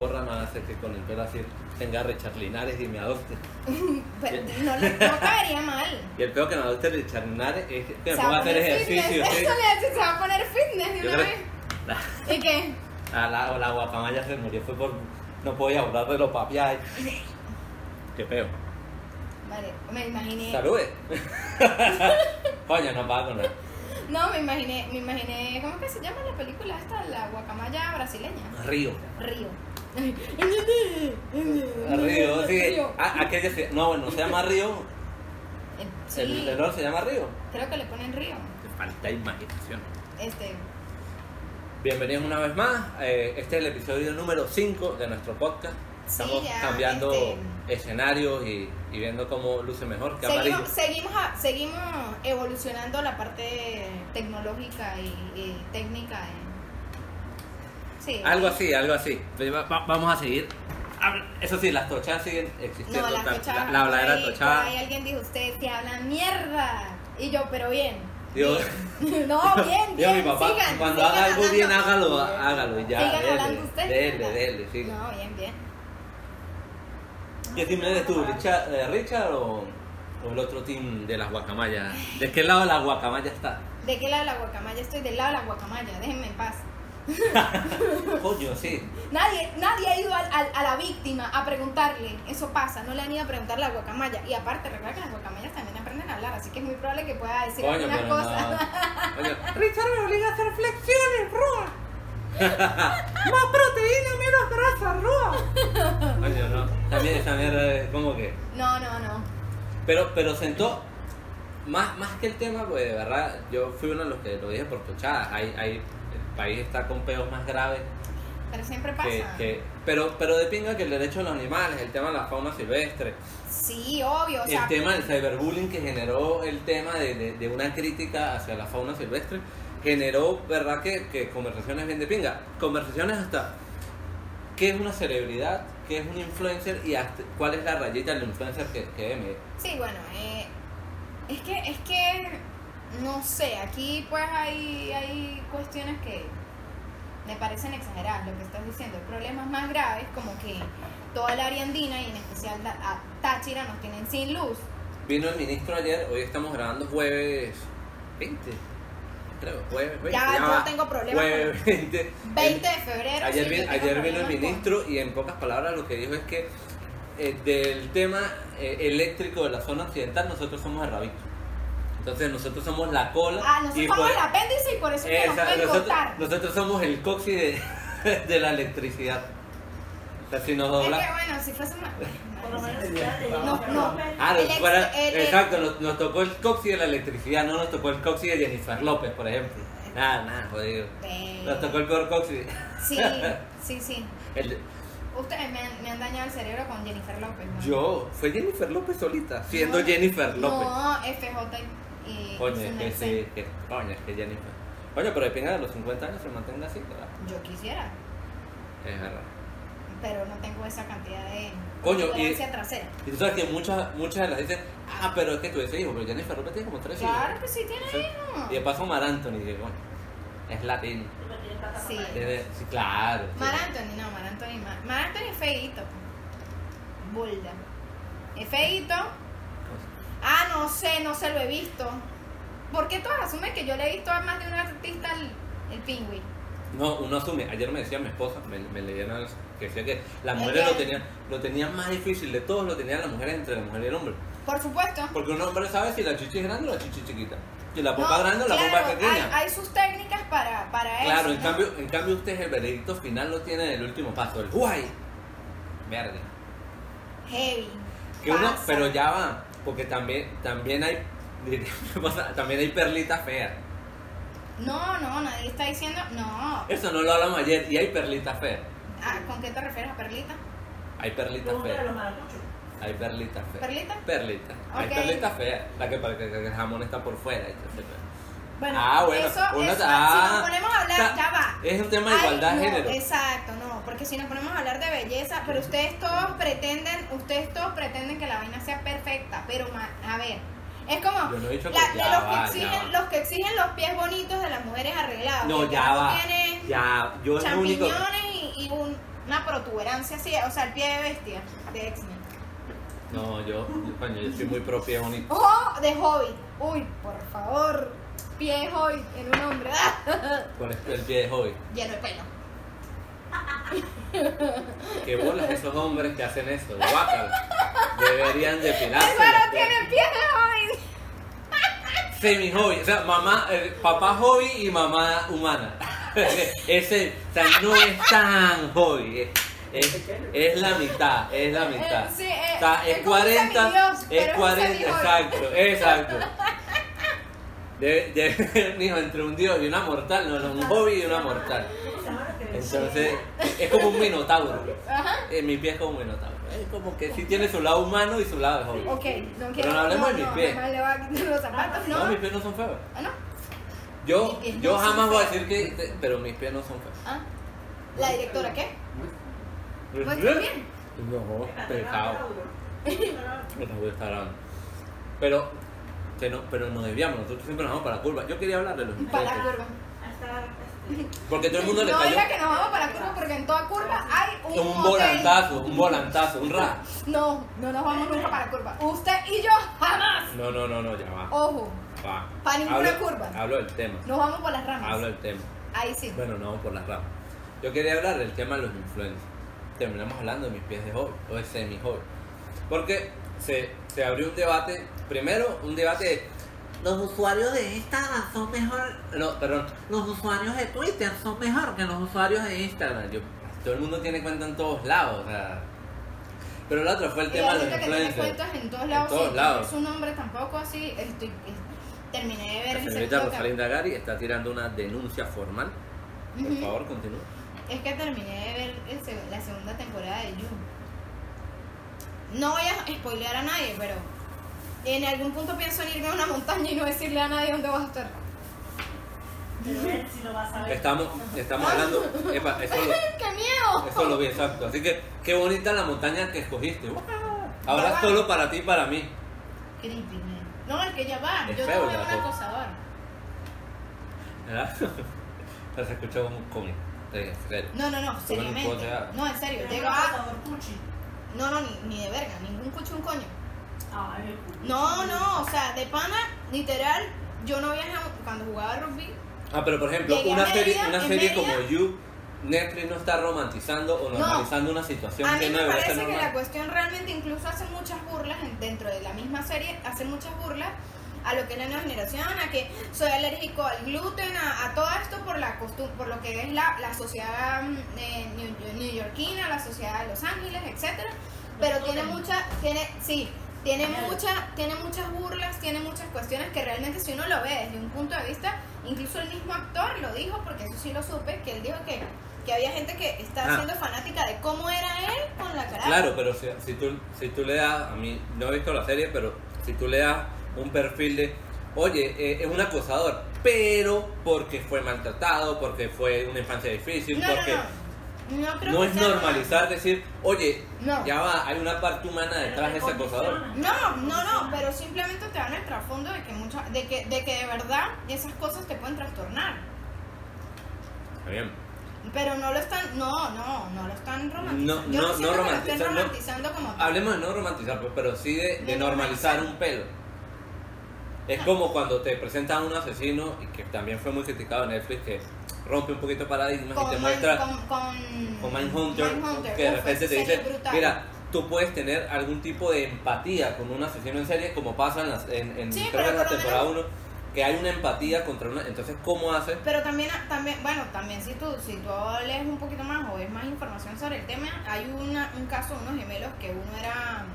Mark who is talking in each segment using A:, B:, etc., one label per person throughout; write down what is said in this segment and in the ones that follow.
A: gorra más es que con el pelo así tenga Richard Linares y me adopte.
B: Pero Pues, no, le- no caería mal.
A: Y el peor que me adopte Richard Linares es que me
B: Se va
A: ponga a
B: a
A: hacer
B: poner
A: ejercicio,
B: fitness.
A: ¿sí?
B: Eso le hace- se va a poner fitness de
A: Yo
B: una
A: creo-
B: vez. ¿Y qué?
A: A la, o la guacamaya se murió, fue por. No podía hablar de los papiás. Qué feo.
B: Vale, me imaginé.
A: Salude. Coño, no pago nada.
B: No, me imaginé, me imaginé, ¿cómo que se llama la película esta? La guacamaya brasileña.
A: Río.
B: Río.
A: Río, sí.
B: Río.
A: Ah, aquella se- No, bueno, se llama Río.
B: Eh, sí,
A: El reloj se llama Río.
B: creo que le ponen río.
A: Te falta imaginación.
B: Este,
A: Bienvenidos una vez más. eh, este es el episodio número 5 de nuestro podcast.
B: Sí,
A: Estamos
B: ya,
A: cambiando
B: este-
A: escenarios y, y viendo cómo luce mejor. Que amarillo.
B: seguimos, seguimos, a- seguimos evolucionando la parte tecnológica y, y técnica. eh. Sí.
A: Algo así, algo así. Pero va- va- vamos a seguir. Habla- Eso sí, las tochadas siguen existiendo.
B: No, la
A: tal-
B: tochada.
A: la- la habladera
B: por ahí-
A: tochada.
B: por ahí alguien dijo, ustedes se hablan mierda. Y yo, pero bien.
A: Digo-
B: Bien. no, bien,
A: Digo,
B: bien.
A: mi papá,
B: sigan,
A: cuando
B: sigan
A: haga algo
B: hablando.
A: bien, hágalo, hágalo y ya.
B: sigan
A: dele,
B: hablando ustedes.
A: Dele,
B: ¿verdad?
A: dele, sigue.
B: No, bien, bien.
A: ¿Qué team eres tú, Richard, eh, Richard o, o el otro team de las guacamayas? ¿De qué lado de las guacamayas está?
B: ¿De qué lado la guacamaya? Estoy del lado de la guacamaya, déjenme en paz.
A: Coño, sí.
B: Nadie, nadie ha ido al- al- a la víctima a preguntarle, eso pasa, no le han ido a preguntar la guacamaya. Y aparte, recuerda que las guacamayas también aprenden a hablar, así que es muy probable que pueda decir
A: Coño,
B: algunas
A: pero
B: cosas.
A: no. Coño,
C: Richard me obliga a hacer flexiones, Rúa. Más proteína, menos grasa, Rúa.
A: coño, no. También esa mierda es como que.
B: No, no, no.
A: Pero, pero sentó, más, más que el tema, pues de verdad, yo fui uno de los que lo dije por tochadas. Hay, hay, el país está con peos más graves.
B: Pero siempre pasa.
A: Que, que- pero, pero de pinga que el derecho a los animales, el tema de la fauna silvestre,
B: Sí, obvio. O sea,
A: el tema del cyberbullying que generó el tema de, de- de una crítica hacia la fauna silvestre, generó, ¿verdad? Que, que conversaciones bien de pinga. Conversaciones hasta qué es una celebridad, qué es un influencer y hasta, cuál es la rayita del influencer que, que me-
B: Sí, bueno, eh, es que, es que, no sé, aquí pues hay, hay cuestiones que me parecen exageradas lo que estás diciendo. Problemas más graves como que toda el área andina y en especial la- a Táchira nos tienen sin luz.
A: Vino el ministro ayer, hoy estamos grabando jueves 20, creo, jueves 20.
B: Ya, yo
A: va.
B: tengo problemas
A: Jueves 20.
B: 20 de febrero.
A: Ayer,
B: sí,
A: vi-
B: yo tengo
A: ayer vino el
B: problemas con-
A: ministro y en pocas palabras lo que dijo es que eh, del tema eh, eléctrico de la zona occidental nosotros somos el rabito. Entonces nosotros somos la cola.
B: Ah, nosotros
A: y
B: somos
A: por-
B: el apéndice y por eso es que nos
A: Esa-
B: pueden
A: nosotros,
B: cortar.
A: nosotros somos el coxi de, de la electricidad. O sea, si nos
B: Es que
A: dobla...
B: bueno, si fuese más...
C: Por lo menos
B: No, no.
A: Ah,
B: el ex-
A: para-
B: el- el-
A: exacto, nos, nos tocó el coxi de la electricidad, no nos tocó el coxi de Jennifer López, por ejemplo. Nada, nada, jodido.
B: Eh,
A: Nos tocó el peor coxi.
B: Sí, sí, sí.
A: El,
B: Ustedes me han, me han dañado el cerebro con Jennifer López. ¿no?
A: Yo, fue Jennifer López solita, siendo
B: No,
A: Jennifer López.
B: No, eh, FJ y.
A: Coño,
B: y
A: es
B: su
A: que
B: merced.
A: sí, que, coño, es que Jennifer. Coño, pero de pinga de los 50 años se mantenga así, ¿verdad?
B: Yo quisiera,
A: Es verdad.
B: pero no tengo esa cantidad de.
A: Coño, y-
B: tolerancia trasera.
A: Y tú sabes que muchas, muchas de las dicen, ah, pero es que tú dices hijo, pero Jennifer López tiene como tres
B: Claro
A: hijos.
B: que sí tiene
A: Sí.
B: hijos.
A: Y de paso Mar Anthony, que coño, es latino.
B: Sí.
A: Tiene- sí, claro. sí.
B: Mar Anthony, no, Mar Anthony. Mar, Mar Anthony es feíto. Bulda. Es feíto. Ah, no sé, no se lo he visto. ¿Por qué todas asumen que yo le he visto a más de un artista el, el pingüi?
A: No, uno asume. Ayer me decía mi esposa, me, me leían algo que decía que las mujeres
B: Ella-
A: lo tenían, lo tenían más difícil de todos, lo tenían las mujeres entre la mujer y el hombre.
B: Por supuesto.
A: Porque un hombre sabe si la chichi es grande o la chichi es chiquita. Si la pompa
B: No,
A: grande o la
B: claro,
A: pompa es pequeña.
B: Hay, hay sus técnicas para, para eso.
A: claro, en
B: ¿no?
A: cambio, en cambio usted el veredicto final lo tiene en el último paso, el guay. Verde.
B: Heavy.
A: Que uno,
B: Pasa.
A: pero ya va, porque también, también hay también hay perlitas feas.
B: No, no, nadie está diciendo. No.
A: Eso no lo hablamos ayer, y hay perlitas feas.
B: Ah, ¿Con qué te refieres a Perlita?
A: Hay perlitas feas. Hay perlitas feas.
B: ¿Perlita?
A: Perlitas. Hay
B: Ok.
A: perlitas feas. La que parece que el jamón está por fuera. etcétera.
B: Bueno,
A: ah, bueno.
B: eso,
A: uno-
B: eso- si
A: ah,
B: nos ponemos a hablar,
A: está-
B: ya va.
A: Es un tema de igualdad
B: Ay,
A: de
B: no,
A: género.
B: Exacto, no, porque si nos ponemos a hablar de belleza, pero ustedes todos pretenden, ustedes todos pretenden que la vaina sea perfecta, pero ma- a ver, es como
A: Yo no he dicho que-
B: la- de
A: ya
B: los,
A: va, ya
B: que exigen,
A: va.
B: los que exigen los pies Ah, bonitos de las mujeres arreglados.
A: No,
B: que
A: ya va.
B: tienen
A: Ya, yo es lo único.
B: champiñones y, y un una protuberancia así, o sea, el pie de bestia de X-Men.
A: No, yo, yo, coño, yo soy muy propia bonito.
B: O de Hobbit. Uy, por favor, pie de Hobbit en un hombre. ¡ah!
A: Con el el pie de hoy.
B: Lleno de pelo.
A: Qué bolas esos hombres que hacen eso. Guácala. Deberían depilarse.
B: Álvaro tiene pie de Hobbit.
A: Semi hobby. O sea, mamá, eh, papá hobby y mamá humana. Ese, o sea, no es tan hobby. Es, es- es la mitad, es la mitad.
B: Eh, sí, eh,
A: O sea, es
B: es como un
A: 40,
B: semidios, pero es
A: es
B: un
A: 40,
B: semidios.
A: exacto, exacto. De, de- mijo, entre un dios y una mortal, no, no, un hobby y una mortal. Entonces, es como un minotauro.
B: Ajá.
A: Eh, mi pie es como un minotauro. Es como que sí tiene su lado humano y su lado de hobby.
B: Ok, no quiero.
A: no hablemos de mis pies.
B: jamás le voy a quitar los zapatos, ¿no?
A: No, mis pies no son feos.
B: Ah, no.
A: Yo,
B: Mis pies
A: yo
B: no son
A: jamás voy a
B: feos.
A: decir que. te- Pero mis pies no son feos.
B: Ah. ¿La directora qué? Pues bien.
A: No, pecado. Pero voy a estar hablando. Pero, que no, pero nos desviamos, nosotros siempre nos vamos para la curva. Yo quería hablar de los
B: Para la
A: puentes,
B: curva.
A: Porque todo el mundo le
B: No
A: cayó
B: diga que nos vamos para la curva porque en toda curva hay un,
A: un
B: hotel.
A: volantazo, un volantazo, un ra.
B: No, no nos vamos nunca para la curva. Usted y yo jamás.
A: No, no, no, no, ya va.
B: Ojo,
A: va.
B: para ninguna
A: Hablo-
B: curva.
A: Hablo del tema,
B: nos vamos por las ramas.
A: hablo del tema.
B: Ahí sí.
A: Bueno, no vamos por las ramas. Yo quería hablar del tema de los influencers. Terminamos hablando de mis pies de hobby o de semi hobby. Porque se, se abrió un debate, primero un debate de
C: Los usuarios de Instagram son mejor.
A: No, perdón.
C: Los usuarios de Twitter son mejor que los usuarios de
A: Instagram, yo- todo el mundo tiene cuenta en todos lados. o sea. Pero la otra fue el
B: Y la
A: tema de
B: gente
A: los
B: que tiene
A: influencers.
B: cuentas en todos
A: En
B: lados,
A: todos
B: sin
A: lados.
B: poner su nombre tampoco así. Estoy, es- terminé de ver
A: La
B: ese
A: señorita
B: TikTok.
A: Rosalinda Gari está tirando una denuncia formal. Por
B: Ujú.
A: favor, continúa.
B: Es que terminé de ver el seg- la segunda temporada de You. No voy a spoilear a nadie, pero en algún punto pienso en irme a una montaña y no decirle a nadie dónde voy a estar.
D: si lo vas a ver.
A: Estamos,
B: Ah.
A: estamos hablando. Epa, eso lo,
B: ¡Qué miedo!
A: eso lo vi, exacto. Así que qué bonita la montaña que escogiste. ¡Wow! Ahora
B: Bye,
A: solo para ti y para mí.
B: Creepy, man. No, es que ya va.
A: Es
B: Yo
A: feo
B: no voy a
A: el
B: un
A: trabajo.
B: acosador.
A: ¿Verdad? Pero se escuchó un cómic. En serio.
B: No, no, no,
A: Bueno,
B: seriamente.
A: puedo llegar.
B: No, en serio. Llego a... No, no, ni, ni de verga. Ningún cucho, un coño. No, no, o sea, de pana, literal, yo no viajaba cuando jugaba rugby.
A: Ah, pero por ejemplo,
B: Llegué a
A: una serie,
B: Mérida,
A: una
B: en
A: serie
B: Mérida.
A: como You, Netflix no está romantizando o
B: No.
A: normalizando una situación
B: A
A: que
B: mí
A: no
B: me
A: debería ser
B: parece que la
A: normal.
B: cuestión realmente incluso hace muchas burlas en- dentro de la misma serie, hace muchas burlas a lo que es la nueva generación, a que soy alérgico al gluten, a, a todo esto por la costum- por lo que es la, la sociedad mm, eh, new- neoyorquina, la sociedad de Los Ángeles, etcétera. Pero tiene mucha, tiene, sí, tiene mucha, tiene muchas burlas, tiene muchas cuestiones que realmente si uno lo ve desde un punto de vista, incluso el mismo actor lo dijo, porque eso sí lo supe, que él dijo que, que había gente que está
A: Ah.
B: siendo fanática de cómo era él con la cara.
A: Claro, pero si, si tú, si tú le das, a mí no he visto la serie, pero si tú le das un perfil de, oye, eh, es un acosador, pero porque fue maltratado, porque fue una infancia difícil,
B: No, no,
A: porque
B: no. No, creo
A: no
B: que
A: es
B: sea
A: normalizar decir, oye,
B: No.
A: ya va, hay una parte humana detrás de ese acosador.
B: No, no, no, pero simplemente te dan el trasfondo de que, mucha, de, que, de que de verdad esas cosas te pueden trastornar.
A: Está bien.
B: Pero no lo están, no, no, no lo están
A: No,
B: romantizando. Yo
A: no, no
B: siento que lo estén
A: romantizar, no.
B: romantizando como tal.
A: Hablemos de no romantizar, pues, pero sí de, de
B: De
A: normalizar
B: normalizar.
A: un pelo. Es como cuando te presentan a un asesino, y que también fue muy criticado en Netflix, que rompe un poquito paradigmas y
B: con,
A: te
B: Mind-
A: muestra...
B: con, con,
A: o Mindhunter,
B: Mindhunter.
A: que de
B: Uf,
A: repente
B: esa
A: te
B: serie
A: dice,
B: es brutal.
A: mira, tú puedes tener algún tipo de empatía con un asesino en serie, como pasa en, las- en, en-
B: Sí,
A: creo que
B: pero
A: en la
B: por lo
A: temporada 1, que hay una empatía contra una... Entonces, ¿cómo hace?
B: Pero también, también bueno, también si tú, si tú lees un poquito más o ves más información sobre el tema, hay una, un caso de unos gemelos que uno era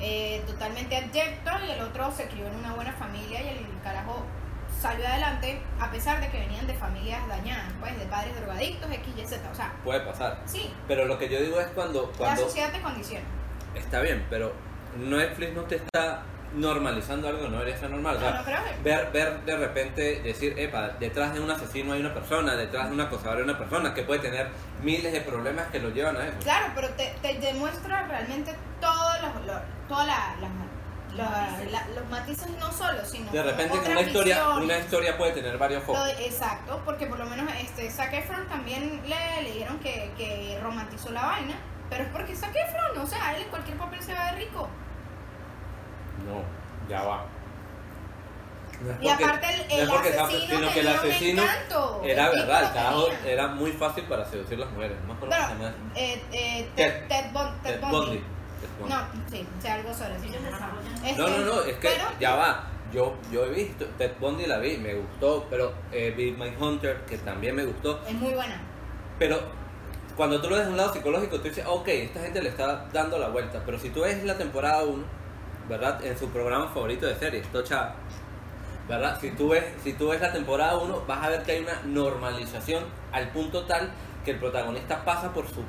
B: eh, totalmente adyecto y el otro se crió en una buena familia y el carajo salió adelante a pesar de que venían de familias dañadas, pues de padres drogadictos, X, Y, Z. O sea,
A: Puede pasar.
B: sí,
A: Pero lo que yo digo es cuando...
B: la
A: cuando
B: sociedad te condiciona.
A: Está bien, pero Netflix no te está normalizando algo que no debería ser normal. O sea,
B: No, no creo que-
A: ver, ver de repente, decir, epa, detrás de un asesino hay una persona, detrás de un acosador hay una persona que puede tener miles de problemas que lo llevan a eso.
B: Claro, pero te, te demuestra realmente todos los, los- todas la- las Los, la- los matices no solo, sino
A: De repente
B: otras
A: una historia,
B: visiones.
A: una historia puede tener varios
B: Lo
A: focos.
B: de- exacto, porque por lo menos este Zac Efron también le, le dijeron que, que romantizó la vaina, pero es porque Zac Efron, o sea, él en cualquier papel se va de rico.
A: No, ya va. No es
B: Y
A: porque-
B: aparte el,
A: no es
B: el
A: porque sea-
B: asesino
A: sino que el
B: tenía un
A: asesino
B: encanto,
A: Era
B: el tipo
A: verdad,
B: lo
A: el carajo
B: tenía.
A: era muy fácil para seducir las mujeres. No me acuerdo cómo se
B: Bueno,
A: llama. Eh,
B: eh, eh, Ted, Ted, Bond- Ted
A: Ted
B: Bundy.
A: Bundy. Ted Bundy.
B: No, sí, o sea, algo sobre eso.
D: Ellos desarrollan-
B: Este,
A: No, no, no, es que
B: pero-
A: ya va. Yo, yo he visto, Ted Bundy la vi, me gustó, pero eh, vi Hunter, que también me gustó.
B: Es muy buena.
A: Pero cuando tú lo ves de un lado psicológico, tú dices, ok, esta gente le está dando la vuelta. Pero si tú ves la temporada 1, ¿verdad? En su programa favorito de series, Tocha, ¿verdad? Si tú ves, si tú ves la temporada 1, vas a ver que hay una normalización al punto tal que el protagonista pasa por su,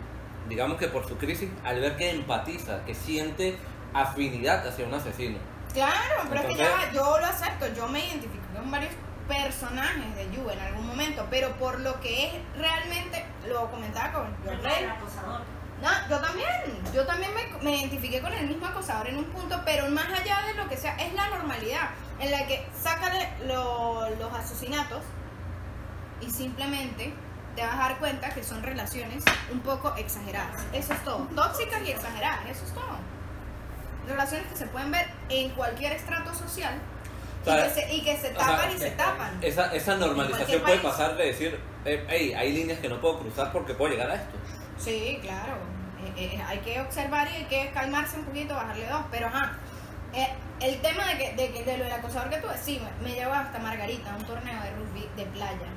A: digamos que por su crisis, al ver que empatiza, que siente afinidad hacia un asesino.
B: Claro, pero es que ya va,
A: Entonces-
B: yo lo acepto, yo me identifico con varios personajes de Yu en algún momento, pero por lo que es realmente, lo comentaba con
D: El
B: Jorrel,
D: acosador.
B: No, yo también. Yo también me, me identifiqué con el mismo acosador en un punto, pero más allá de lo que sea, es la normalidad en la que sácale lo- los asesinatos y simplemente te vas a dar cuenta que son relaciones un poco exageradas. Eso es todo. Tóxicas y exageradas, eso es todo. Relaciones que se pueden ver en cualquier estrato social y
A: Para-
B: que se, y que
A: o sea,
B: se
A: eh,
B: tapan y se tapan.
A: Esa, esa normalización
B: cualquier
A: puede
B: país.
A: pasar de decir, eh, hey, hay líneas que no puedo cruzar porque puedo llegar a esto.
B: Sí, claro. Eh, eh, hay que observar y hay que calmarse un poquito, bajarle dos. Pero ajá, Eh, el tema de, que, de, que- de lo del acosador que tuve, sí, me, me llevó hasta Margarita, un torneo de rugby de playa.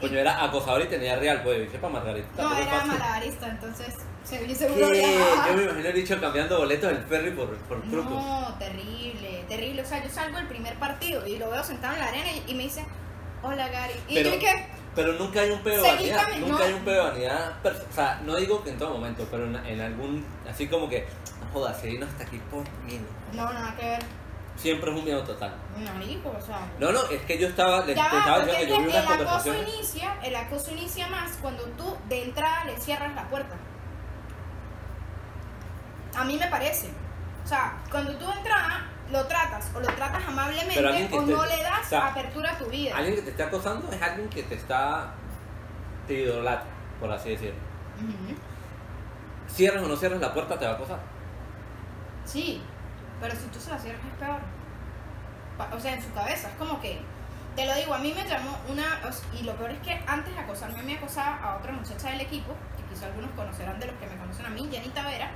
A: Coño, era acosador y tenía real, pues, dice para Margarita.
B: No,
A: tampoco es
B: era
A: fácil.
B: malabarista, entonces se, yo
A: ¿Qué?
B: seguro viajaba.
A: Yo me imagino el dicho cambiando boletos del ferry por, por truco.
B: No, terrible, terrible. O sea, yo salgo el primer partido y lo veo sentado en la arena y, y me dice, hola Gary. Y
A: Pero-
B: yo dije,
A: Pero nunca hay un pedo de
B: Seguí
A: vanidad.
B: cami-
A: Nunca
B: no.
A: hay un pedo de vanidad. pers- O sea, no digo que en todo momento, pero en, en algún. Así como que, no jodas, se vino hasta aquí por mí.
B: no, nada que ver.
A: Siempre es un miedo total.
B: Marico, o sea.
A: No, no, es que yo estaba. Les,
B: Ya
A: te
B: va,
A: estaba
B: porque
A: diciendo que Este, yo vi
B: es que
A: unas
B: el acoso
A: conversaciones.
B: inicia, el acoso inicia más cuando tú de entrada le cierras la puerta. A mí me parece. O sea, cuando tú de entrada lo tratas o lo tratas amablemente
A: Pero alguien que
B: o
A: esté-
B: no le das
A: o sea,
B: apertura a tu vida.
A: Alguien que te está acosando es alguien que te está. te idolatra, por así decirlo.
B: Ujú.
A: Cierras o no cierras la puerta, te va a acosar.
B: Sí, pero si tú se la cierras es peor. Pa- O sea, en su cabeza, es como que. Te lo digo, a mí me llamó una. o s- Y lo peor es que antes de acosarme, me acosaba a otra muchacha del equipo, que quizá algunos conocerán de los que me conocen a mí, Janita Vera,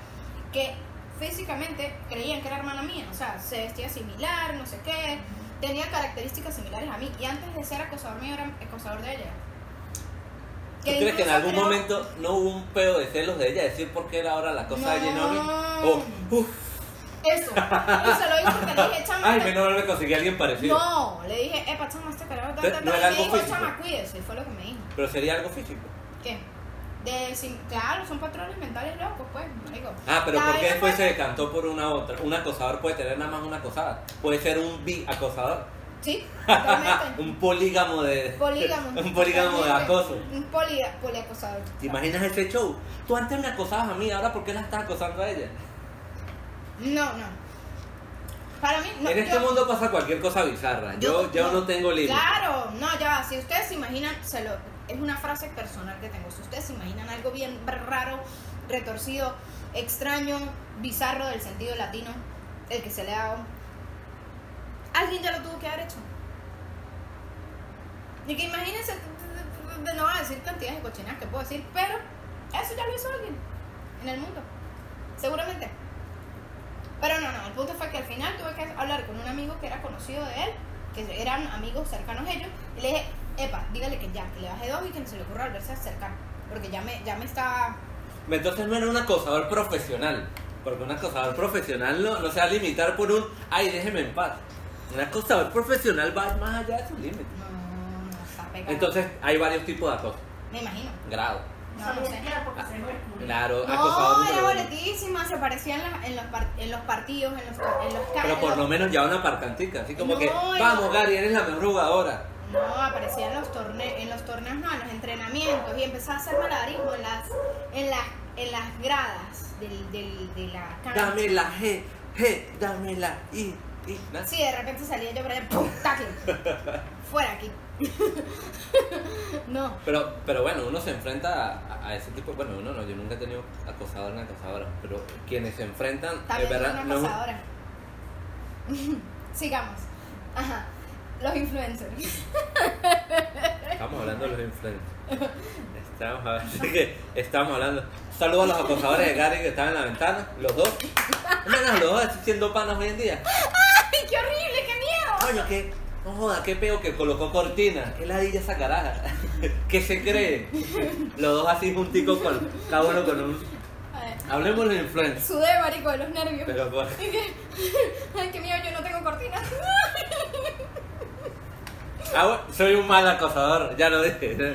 B: que físicamente creían que era hermana mía. O sea, se vestía similar, no sé qué, tenía características similares a mí. Y antes de ser acosador mío, era acosador de ella.
A: ¿Tú crees que en
B: incluso
A: algún
B: creo-
A: momento no hubo un pedo de celos de ella decir por qué era ahora la cosa de Ginori?
B: No.
A: O, uff,
B: Eso. Y se lo digo porque le dije, chama.
A: ay,
B: te-
A: menos mal me conseguí a alguien parecido.
B: No, le dije, epa, chama, este carajo está
A: Entonces,
B: está-
A: ¿no era
B: está-". Y me
A: algo
B: dijo,
A: físico?
B: chama, cuídese, fue lo que me dijo.
A: Pero sería algo físico.
B: ¿Qué? De, sin- claro, son patrones mentales locos, pues, digo.
A: Ah, pero ¿por qué después se decantó por una otra? Un acosador puede tener nada más una acosada. Puede ser un bi-acosador. Ah,
B: Sí, totalmente.
A: un polígamo de...
B: polígamo.
A: un polígamo de
B: totalmente.
A: acoso.
B: Un poli, poliacosador.
A: ¿Te imaginas ese show? Tú antes me acosabas a mí, ahora ¿por qué la estás acosando a ella?
B: No, no. Para mí, no.
A: en este
B: yo-
A: mundo pasa cualquier cosa bizarra. Yo,
B: Yo-
A: yo
B: no.
A: no, tengo límite.
B: Claro, no, ya va. Si ustedes se imaginan, se lo, es una frase personal que tengo. Si ustedes se imaginan algo bien raro, retorcido, extraño, bizarro del sentido latino, el que se le ha dado, alguien ya lo tuvo que haber hecho. Y que imagínense, no voy a decir cantidades de cochinadas que puedo decir, pero eso ya lo hizo alguien en el mundo, seguramente. Pero no, no, el punto fue que al final tuve que hablar con un amigo que era conocido de él, que eran amigos cercanos ellos, y le dije, epa, dígale que ya, que le baje dos y que no se le ocurra volverse a acercar, porque ya me, ya me está...
A: Entonces no era un acosador profesional. Porque un acosador profesional no, no se va a limitar por un, ay, déjeme en paz. Un acosador profesional va más allá de sus límites.
B: No, no, está pegado.
A: Entonces hay varios tipos de acoso.
B: Me imagino.
A: Grado. Ah,
B: No, no sé.
D: Sabía porque se dejó descubrir.
A: Claro, acosador
B: No,
A: número
B: era
A: uno.
B: boletísima, se aparecía en, las- en los, par- en los partidos, en los, en los
A: Pero por
B: en
A: lo
B: los-
A: menos ya una partantica. Así como
B: No,
A: que,
B: era-
A: vamos, Gary, eres la mejor jugadora.
B: No, aparecía en los torneos, en los torneos no, en los entrenamientos y empezaba a hacer malabarismo en las, en las, en las gradas del, del, de la cancha.
A: Dame la G, hey, dámela, y, y, nada.
B: Sí, de repente salía yo por ahí, ¡pum! ¡Tacle! Fuera aquí. no.
A: Pero, pero bueno, uno se enfrenta a, a ese tipo, bueno, uno no, yo nunca he tenido acosador ni acosadora, pero quienes se enfrentan, es
B: También es
A: Eh, verdad,
B: una
A: no-
B: acosadora. Sigamos. Ajá. Los influencers.
A: estamos hablando de los influencers. Estamos, a ver, que estamos hablando. Saludos a los acosadores de Gary que están en la ventana, los dos. Menos los dos siendo panas hoy en día.
B: ¡Ay, qué horrible! ¡Qué miedo!
A: Coño, que, no joda, qué peo que colocó cortina, qué ladilla esa caraja, qué se cree. Los dos así junticos con, cada uno con un...
B: A ver.
A: Hablemos de influencers,
B: Sudé, marico, de los nervios.
A: pero pues, por-
B: Es que- Ay, qué miedo, yo no tengo cortina.
A: Ah, bueno, soy un mal acosador, ya lo dije.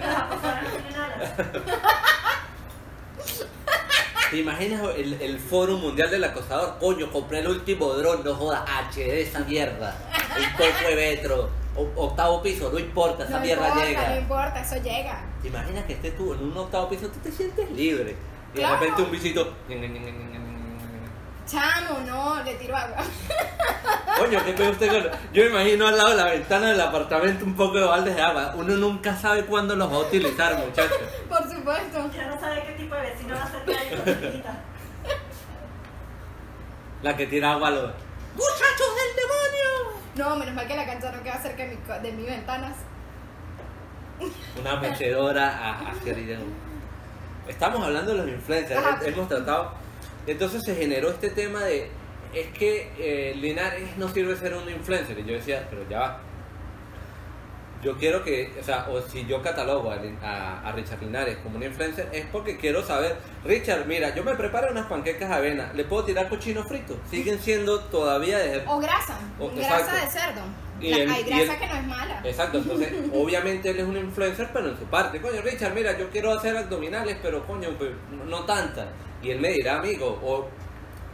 A: ¿Te imaginas el, el foro mundial del acosador? Coño, compré el último dron, no joda, HD esa mierda. El cuerpo de vetro, o- octavo piso, no importa, esa
B: no
A: mierda
B: importa,
A: llega.
B: no importa, eso llega.
A: ¿Te imaginas que estés tú en un octavo piso? Tú te sientes libre. Y
B: Claro.
A: de repente un visito.
B: Chamo, no, le tiro agua.
A: Coño, ¿qué pedo usted con.? Yo me imagino al lado de la ventana del apartamento un poco de baldes de agua. Uno nunca sabe cuándo los va a utilizar, muchachos.
B: Por supuesto.
D: Ya no sabe qué tipo de vecino va a ser que hay con su hijita.
A: La que tira agua a los.
C: ¡Muchachos del demonio!
B: No, menos mal que la cancha no queda cerca de mi, co- de mis ventanas.
A: Una mecedora a, a querida. Estamos hablando de los influencers,
B: Ajá.
A: he- hemos tratado. Entonces se generó este tema de es que eh, Linares no sirve ser un influencer. Y yo decía, pero ya va. Yo quiero que, o sea, o si yo catalogo a, Lin- a- a Richard Linares como un influencer, es porque quiero saber, Richard, mira, yo me preparo unas panquecas de avena, le puedo tirar cochino frito, siguen siendo todavía de...
B: O grasa.
A: O-
B: grasa
A: exacto.
B: de cerdo.
A: Y
B: La-
A: el-
B: hay
A: y
B: grasa
A: el-
B: que no es mala.
A: Exacto, entonces obviamente él es un influencer, pero en su parte. Coño, Richard, mira, yo quiero hacer abdominales, pero coño, pues, no, no tantas. Y él me dirá, amigo, o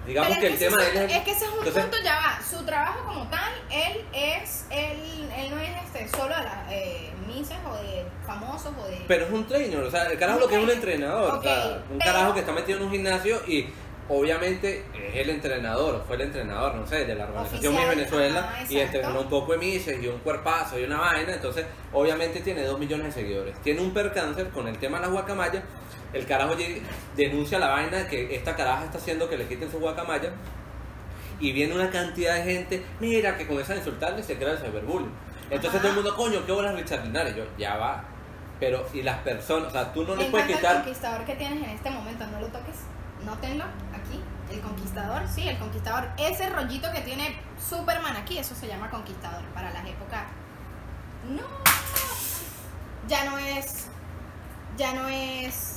A: digamos
B: Pero
A: que el
B: ese
A: tema de
B: es,
A: él es...
B: es que ese es un
A: Entonces-
B: punto ya va. Su trabajo como tal, él es, él, él no es este solo a las eh, misas o de famosos o de.
A: Pero es un trainer, o sea, el carajo lo que es un
B: Ok.
A: entrenador. o sea,
B: Ok,
A: un
B: pero-
A: carajo que está metido en un gimnasio y obviamente es el entrenador, o fue el entrenador, no sé, de la organización Miss
B: Oficial,
A: Venezuela
B: ajá,
A: y
B: exacto.
A: entrenó un poco de Mises y un cuerpazo y una vaina. Entonces, obviamente tiene dos millones de seguidores. Tiene un percáncer con el tema de las guacamayas. El carajo llega- denuncia la vaina de que esta caraja está haciendo que le quiten sus guacamayas. Y viene una cantidad de gente, mira, que comienza a insultarle y se crea el cyberbullying. Entonces
B: Ajá.
A: todo el mundo, coño, qué bolas Richard Linares. Yo, ya va. Pero, y las personas, o sea, tú no
B: Me
A: le puedes
B: encanta el
A: quitar.
B: conquistador que tienes en este momento, no lo toques. Nótenlo aquí. El conquistador, sí, el conquistador. Ese rollito que tiene Superman aquí, eso se llama conquistador para las épocas. No. Ya no es. Ya no es.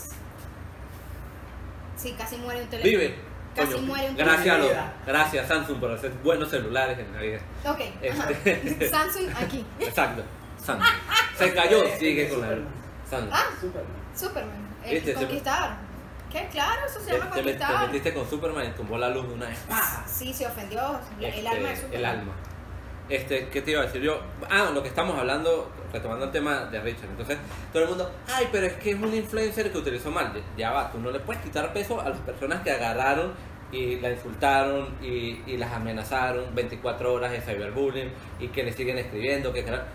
B: Sí, casi muere un teléfono.
A: Vive.
B: Casi
A: Coño,
B: muere un
A: gracias, a los-
D: Navidad.
A: gracias Samsung por hacer buenos celulares en Navidad.
B: Ok, ajá.
A: Este.
B: Samsung aquí.
A: Exacto. Samsung. Se cayó, sigue con la
D: Superman.
A: Samsung.
B: Ah,
D: Superman.
B: Superman. El
A: Este, se me-
B: conquistador. ¿Qué? Claro, eso se
A: Te,
B: llama
A: te met- te
B: conquistador.
A: metiste con Superman y tumbó la luz de una vez. ¡Pah!
B: Sí, se ofendió. el
A: Este,
B: alma de Superman.
A: el alma. Este, ¿qué te iba a decir yo? Ah, lo que estamos hablando, retomando el tema de Richard. Entonces, todo el mundo, ay, pero es que es un influencer que utilizó mal. Ya va, tú no le puedes quitar peso a las personas que agarraron y la insultaron y, y las amenazaron 24 horas de cyberbullying y que le siguen escribiendo, que cara-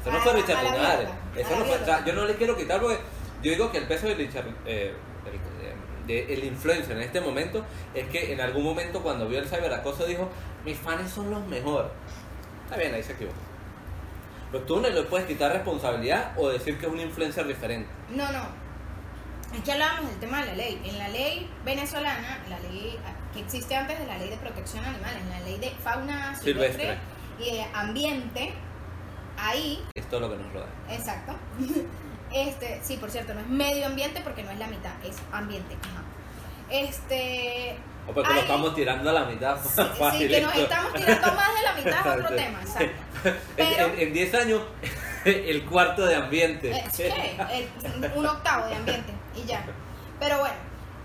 A: Eso no
B: A
A: fue
B: la-
A: Richard
B: a la
A: Linares.
B: bióloga, a
A: Eso
B: la
A: no fue, o sea,
B: bióloga.
A: yo no le quiero quitar porque yo digo que el peso de Richard, eh, el, de- el influencer en este momento es que en algún momento cuando vio el cyberacoso dijo, mis fans son los mejores. Está bien, ahí se equivocó. Pero tú no le puedes quitar responsabilidad o decir que es un influencer diferente.
B: No, no. Aquí hablábamos del tema de la ley. En la ley venezolana, la ley que existe antes de la ley de protección animal, en la ley de fauna silvestre,
A: Silvestre.
B: y de ambiente, ahí,
A: Esto es lo que nos rodea.
B: exacto. Este, sí, por cierto, no es medio ambiente porque no es la mitad, es ambiente. ajá. Este,
A: O porque
B: Ay.
A: lo estamos tirando a la mitad.
B: sí, sí,
A: fácil
B: que nos
A: esto.
B: estamos tirando más de la mitad es
A: Exacto.
B: otro tema, exacto.
A: En-
B: pero-
A: en- En 10 años, el cuarto de ambiente.
B: Eh, sí, eh, un octavo de ambiente y ya. Pero bueno,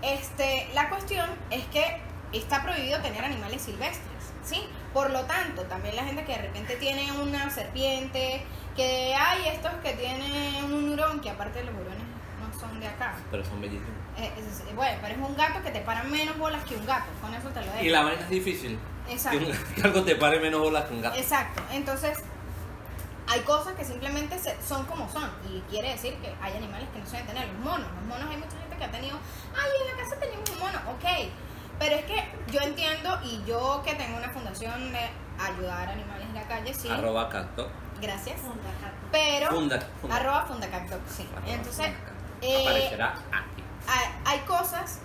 B: este, la cuestión es que está prohibido tener animales silvestres, ¿sí? Por lo tanto, también la gente que de repente tiene una serpiente, que hay estos que tienen un hurón, que aparte de los hurones, no no son de acá.
A: Pero son bellísimos.
B: Eh, es- es- bueno, pero es un gato que te para menos bolas que un gato, con eso te lo dejo.
A: Y la vaina es difícil. Que,
B: Eh. Exacto. Eh,
A: un- que algo te pare menos bolas que un gato.
B: Exacto. Entonces, hay cosas que simplemente se- son como son. Y quiere decir que hay animales que no se deben tener. Los monos. Los monos hay mucha gente que ha tenido. Ay, en la casa tenemos un mono. Ok. Pero es que yo entiendo y yo que tengo una fundación de ayudar a animales en la calle, sí.
A: Arroba cacto.
B: Gracias.
D: Funda, Cato.
B: Pero.
A: Funda. funda.
B: Arroba fundacacto, sí.
A: Arroba
B: Entonces,
A: funda cacto.
B: eh,
A: Aparecerá aquí.
B: hay, hay cosas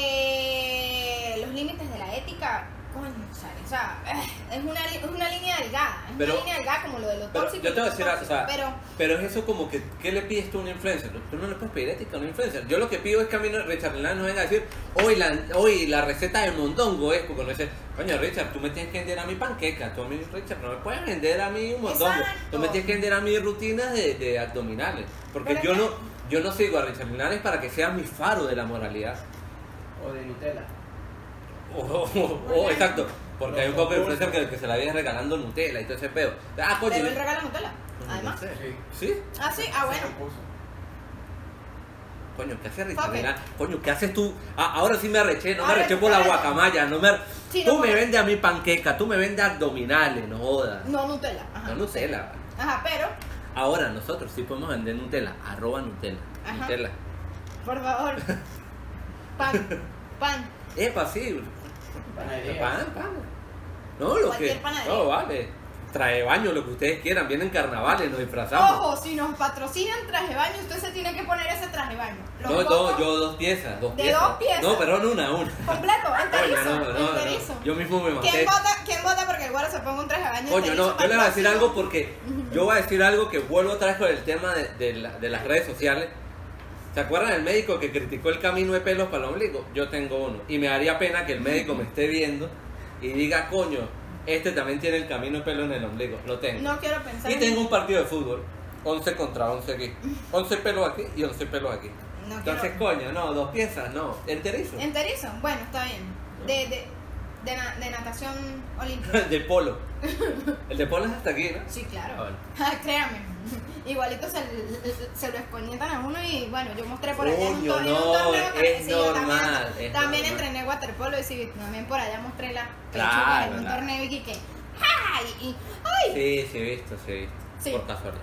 B: que los límites de la ética, coño, sale, o sea, es una, li- es una línea delgada, es
A: Pero-
B: una línea delgada como lo de lo
A: Pero
B: tóxico.
A: yo te voy a decir algo, o sea,
B: pero
A: Pero es eso como que, ¿qué le pides tú a un influencer? Tú no le puedes pedir ética a un influencer. Yo lo que pido es que a mí no- Richard Lennon no venga a decir, hoy la, hoy la receta del mondongo es, porque no dice, coño Richard, tú me tienes que vender a mi panqueca, tú a mí Richard, no me puedes vender a mí un mondongo, tú me
B: Exacto.
A: tienes que vender a mí rutinas de, de abdominales, porque
B: Pero
A: yo
B: es
A: no, yo no sigo a Richard Linares para que sea mi faro de la moralidad.
E: O de Nutella.
A: O, o- o-
B: Oye.
A: exacto, porque hay un
E: Los
A: poco de
E: concursos.
A: influencer que, que se la viene regalando Nutella y todo ese pedo. Ah, coño,
B: pero él regala Nutella,
A: no
B: además.
A: sé.
E: Sí.
A: ¿Sí?
B: Ah, sí, ah, bueno.
E: Se puso.
A: Coño, ¿qué haces,
B: Fuck it.
A: Ricardo? Coño, ¿qué haces tú? Ah, ahora sí me arreché, no me
B: Ahora
A: arreché
B: sí,
A: por la
B: claro.
A: guacamaya, no me ar-
B: Sí,
A: Tú
B: no,
A: me
B: porque-
A: vendes a mí panqueca, tú me vendes abdominales, no jodas.
B: No Nutella, ajá.
A: No Nutella.
B: Ajá, pero,
A: Ahora nosotros sí podemos vender Nutella, arroba Nutella.
B: Ajá.
A: Nutella.
B: por favor, pan, pan.
A: Epa, sí.
E: Panadería.
A: Pan, pan. No, lo
B: Cualquier
A: que.
B: panadería.
A: No, vale. Trae baño, lo que ustedes quieran. Vienen carnavales, nos disfrazamos.
B: Ojo, si nos patrocinan traje baño, usted se tiene que poner ese traje baño. Los
A: no,
B: cocos
A: no, yo dos piezas, dos
B: ¿De
A: piezas.
B: dos piezas?
A: No, perdón, una, una.
B: Completo, enterizo,
A: Coño, no, no, no.
B: enterizo.
A: Yo mismo me maté.
B: ¿Quién vota, ¿Quién vota porque el guaro se ponga un traje de baño?
A: Coño, no, yo le voy
B: voy
A: a decir algo porque yo voy a decir algo que vuelvo atrás con el tema de, de la- de las redes sociales. ¿Se acuerdan del médico que criticó el camino de pelos para el ombligo? Yo tengo uno. Y me daría pena que el médico me esté viendo y diga, coño, este también tiene el camino de pelo en el ombligo. Lo tengo.
B: No quiero pensar.
A: y
B: en-
A: tengo un partido de fútbol. 11 contra 11 aquí. 11 pelos aquí y 11 pelos aquí.
B: No
A: Entonces,
B: quiero-
A: coño, no, dos piezas, no. Enterizo.
B: Enterizo, bueno, está bien. De, de, de, na- de natación olímpica.
A: de polo. El de polo es hasta aquí, ¿no?
B: Sí,
A: Ah,
B: claro.
A: bueno.
B: Créame. Igualito se, se lo escoñetan a uno y bueno, yo mostré por allá en un
A: Coño,
B: torneo.
A: no, es normal,
B: También,
A: es
B: también
A: normal.
B: entrené waterpolo y sí, también por allá mostré la pechuga
A: Claro,
B: en un
A: claro.
B: torneo y que. ¡Ay! Y, ¡Ay!
A: Sí, sí, he visto, sí, he visto.
B: Sí.
A: Por casualidad.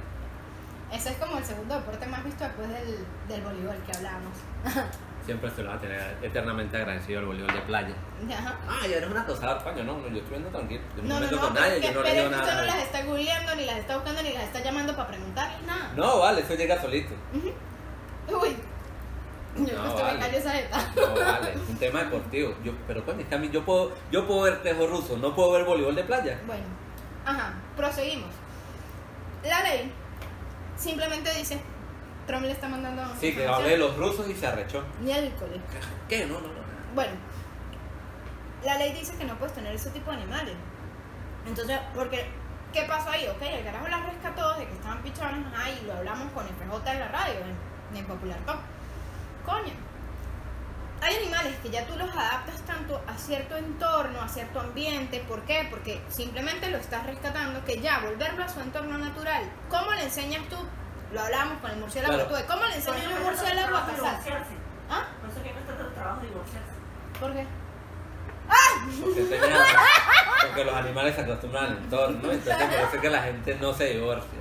B: Ese es como el segundo deporte más visto después del, del voleibol que hablábamos.
A: Siempre se lo va a tener eternamente agradecido al voleibol de playa.
B: Ajá.
A: Ah, yo eres una tosada, coño, no, no, yo estoy viendo tranquilo. Yo no,
B: No,
A: me
B: no,
A: meto
B: no,
A: con
B: pero
A: nadie,
B: que
A: yo no le
B: esperen,
A: digo nada.
B: usted
A: a
B: no las
A: nadie.
B: está googleando, ni las está buscando, ni las está llamando para preguntarles nada.
A: No, vale, eso llega solito.
B: Uy, yo
A: No,
B: no, estoy
A: vale.
B: me callo esa jeta.
A: No, vale, es un tema deportivo. Yo, pero coño, es que a mí yo puedo, yo puedo ver tejo ruso, no puedo ver voleibol de playa.
B: Bueno, ajá, proseguimos. La ley simplemente dice, Trump le está mandando
A: Sí, que hablé de los rusos y se arrechó.
B: miércoles.
A: ¿Qué? No, no, no.
B: Bueno, la ley dice que no puedes tener ese tipo de animales. Entonces, porque, ¿qué pasó ahí? Ok, el carajo las rescató de que estaban pichones, ajá, y lo hablamos con el PJ en la radio, en, en Popular Top. Coño, hay animales que ya tú los adaptas tanto a cierto entorno, a cierto ambiente. ¿Por qué? Porque simplemente lo estás rescatando, que ya volverlo a su entorno natural. ¿Cómo le enseñas tú? Lo hablamos con el murciélago
A: Claro.
B: que tuve. ¿Cómo le
D: Por
B: enseñas
D: eso
B: a un
D: cuesta tanto
B: murciélago a
D: trabajo
B: cazar?
D: divorciarse.
B: ¿Ah?
D: Por eso que cuesta tanto trabajo divorciarse.
B: ¿Por qué?
A: Porque, te mira, porque los animales se acostumbran al entorno, ¿no? entonces por eso es que la gente no se divorcia.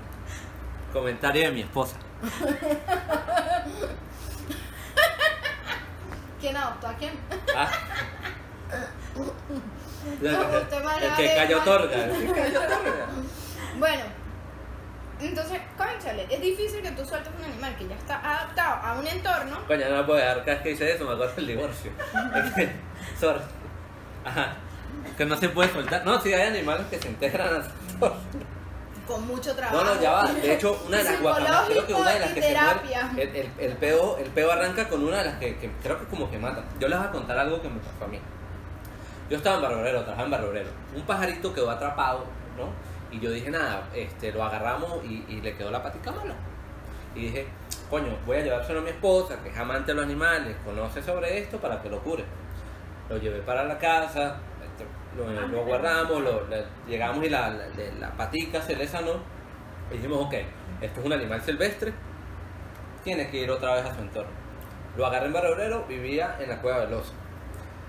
A: Comentario de mi esposa.
B: ¿Quién adoptó a quién?
A: Ah.
B: No, usted va a
A: el
B: la
A: que
B: de-
A: cayó otorga. el que cayó otorga.
B: Bueno, entonces, cónchale, es difícil que tú sueltes un animal que ya está adaptado a un entorno.
A: Coño, no me puedo dejar. Cada vez que dice eso me acuerdo del divorcio. Sorry. Ajá. Que no se puede soltar. No, sí, hay animales que se integran a
B: Con mucho trabajo.
A: No, no, ya va. De hecho, una de las guacamayas, creo que una de las que se
B: Psicológico y
A: muere, el, el, el peo, el peo arranca con una de las que, que creo que como que mata. Yo les voy a contar algo que me pasó a mí. Yo estaba en Barrorero, trabajaba en Barrorero. Un pajarito quedó atrapado, ¿no? Y yo dije, nada, este, lo agarramos y, y le quedó la patica mala. Y dije, coño, voy a llevárselo a mi esposa, que es amante de los animales, conoce sobre esto para que lo cure. Lo llevé para la casa, este, lo,
D: Ah,
A: lo guardamos, lo- la- llegamos y la, la- la- la patica se le sanó. Y dijimos, ok, esto es un animal silvestre, tiene que ir otra vez a su entorno. Lo agarré en Barrio Obrero, vivía en la Cueva del Oso.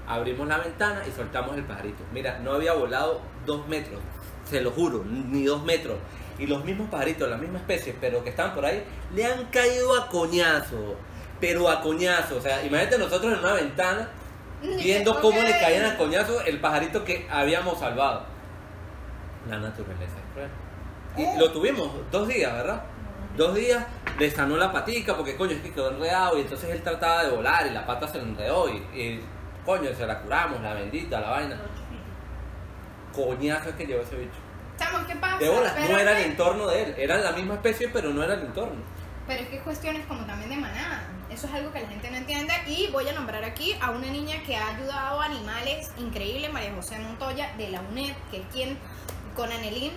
A: Abrimos la ventana y soltamos el pajarito. Mira, no había volado dos metros, se lo juro, ni dos metros. Y los mismos pajaritos, la misma especie, pero que estaban por ahí, le han caído a coñazo. Pero a coñazo. O sea, imagínate nosotros en una ventana viendo cómo le caían a coñazo el pajarito que habíamos salvado. La naturaleza es cruel. Y lo tuvimos dos días, ¿verdad? Dos días le sanó la patica porque coño es que quedó enredado y entonces él trataba de volar y la pata se le enredó y, y, coño se la curamos, la bendita, la vaina. Coñazo es que llevó ese bicho.
B: Chamo, ¿qué pasa?
A: De bolas,
B: Pero
A: no
B: es
A: era
B: que-
A: el entorno de él, era la misma especie pero no era el entorno.
B: Pero es que cuestiones como también de manada. Eso es algo que la gente no entiende. Y voy a nombrar aquí a una niña que ha ayudado a animales increíble, María José Montoya, de la UNED, que es quien, con Anelín,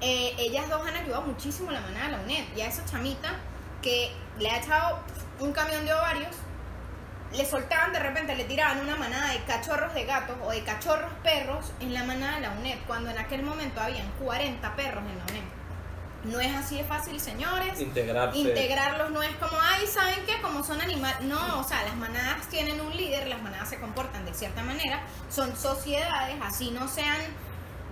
B: eh, ellas dos han ayudado muchísimo a la manada de la UNED. Y a esa chamita que le ha echado un camión de ovarios, le soltaban de repente, le tiraban una manada de cachorros de gatos o de cachorros perros en la manada de la UNED, cuando en aquel momento habían 40 perros en la UNED. No es así de fácil, señores
A: Integrarse.
B: integrarlos no es como, ay, ¿saben qué? Como son animales. No, o sea, las manadas tienen un líder, las manadas se comportan de cierta manera, son sociedades, así no sean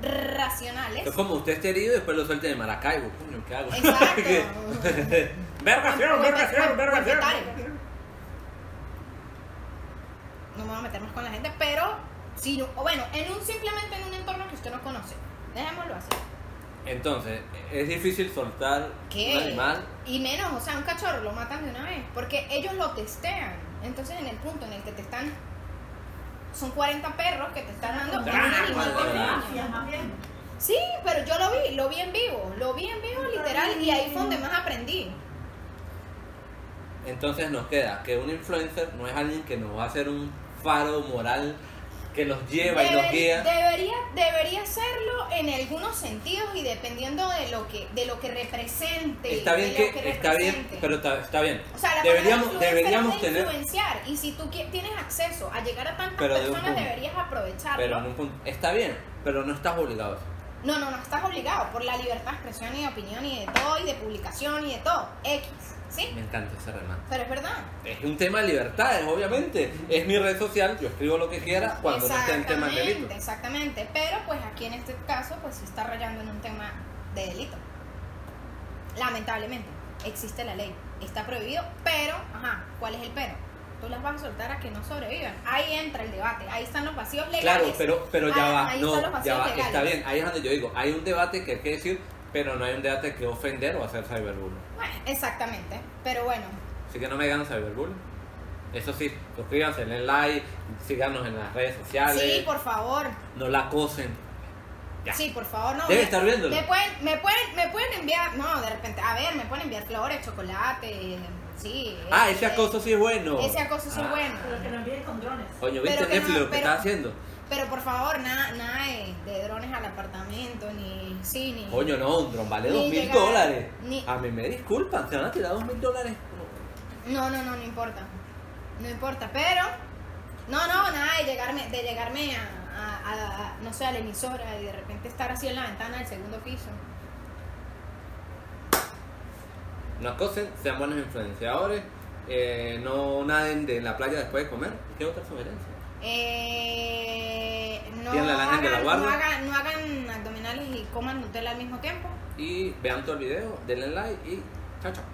B: racionales.
A: es como usted esté herido y después lo suelte de Maracaibo. Coño, ¿qué hago?
B: Exacto.
A: verga, fiero, verga, fiero, verga, fiero.
B: No me voy a meter más con la gente, pero, si no- o bueno, en un simplemente en un entorno que usted no conoce. Dejémoslo así.
A: Entonces, es difícil soltar
B: ¿Qué?
A: un animal
B: Y menos, o sea, un cachorro lo matan de una vez, porque ellos lo testean. Entonces, en el punto en el que te están. Son 40 perros que te están
A: Ah,
B: dando un animal de
D: Gracias,
B: pequeño.
D: más bien.
B: Sí, pero yo lo vi, lo vi en vivo, lo vi en vivo literal, y ahí fue donde más aprendí.
A: Entonces nos queda que un influencer no es alguien que nos va a hacer un faro moral que nos lleva y nos
B: Deberi-
A: guía.
B: Debería, debería serlo en algunos sentidos y dependiendo de lo que, de lo que represente.
A: Está bien
B: de
A: que,
B: lo que
A: está bien,
B: represente.
A: pero está, está bien.
B: O sea, la
A: deberíamos
B: palabra influencer
A: deberíamos
B: es
A: tener,
B: influenciar y si tú qui- tienes acceso a llegar a tantas
A: Pero de un
B: personas
A: punto.
B: deberías aprovecharlo.
A: pero en un punto- está bien, pero no estás obligado. a eso.
B: No, no, no estás obligado por la libertad de expresión y de opinión y de todo y de publicación y de todo. X, ¿sí?
A: Me encanta ese remate.
B: Pero es verdad.
A: Es un tema de libertades, obviamente. Es mi red social, yo escribo lo que quiera cuando no esté en tema de delito.
B: Exactamente, exactamente. Pero pues aquí en este caso pues sí está rayando en un tema de delito. Lamentablemente, existe la ley, está prohibido, pero, ajá, ¿cuál es el pero? Tú las vas a soltar a que no sobrevivan. Ahí entra el debate, ahí están los vacíos legales.
A: Claro, pero, pero ya
B: Ah,
A: va,
B: ahí
A: no,
B: están los
A: ya
B: vacíos
A: va,
B: legales.
A: está bien. Ahí es donde yo digo, hay un debate que hay que decir, pero no hay un debate que ofender o hacer cyberbullying.
B: Bueno, exactamente, pero bueno,
A: Así que no me ganan Cyberbullying. Eso sí, suscríbanse, den like, síganos en las redes sociales.
B: sí, por favor,
A: No la acosen. Ya.
B: Sí, por favor, no.
A: Debe
B: me-
A: estar viéndolo.
B: Me pueden, me, pueden, me pueden enviar, no, de repente, a ver, me pueden enviar flores, chocolate, sí.
A: Ah,
B: eh,
A: ese acoso sí es bueno.
B: Ese acoso sí es
A: Ah.
B: bueno.
D: Pero que no envíen con drones.
A: Coño, ¿viste
B: Pero que no,
A: Netflix lo que
B: pero-
A: está haciendo?
B: Pero por favor, nada, nada de, de drones al apartamento, ni, sí, ni.
A: Coño, no, un dron vale
B: Ni
A: dos mil
B: llegar-
A: dólares.
B: ni-
A: A mí me disculpan, se van a tirar dos mil dólares.
B: No, no, no, no importa. No importa, pero. No, no, nada de llegarme, de llegarme a, a- a- a, no sé, a la emisora y de repente estar así en la ventana del segundo piso.
A: No acosen, sean buenos influenciadores. eh, no naden de la playa después de comer. ¿Qué otra sugerencia?
B: Eh, no,
A: Tienen la lana
B: hagan,
A: que la
B: no,
A: guardan.
B: hagan, no hagan abdominales y coman Nutella al mismo tiempo.
A: Y vean todo el video, denle like y chao, chao.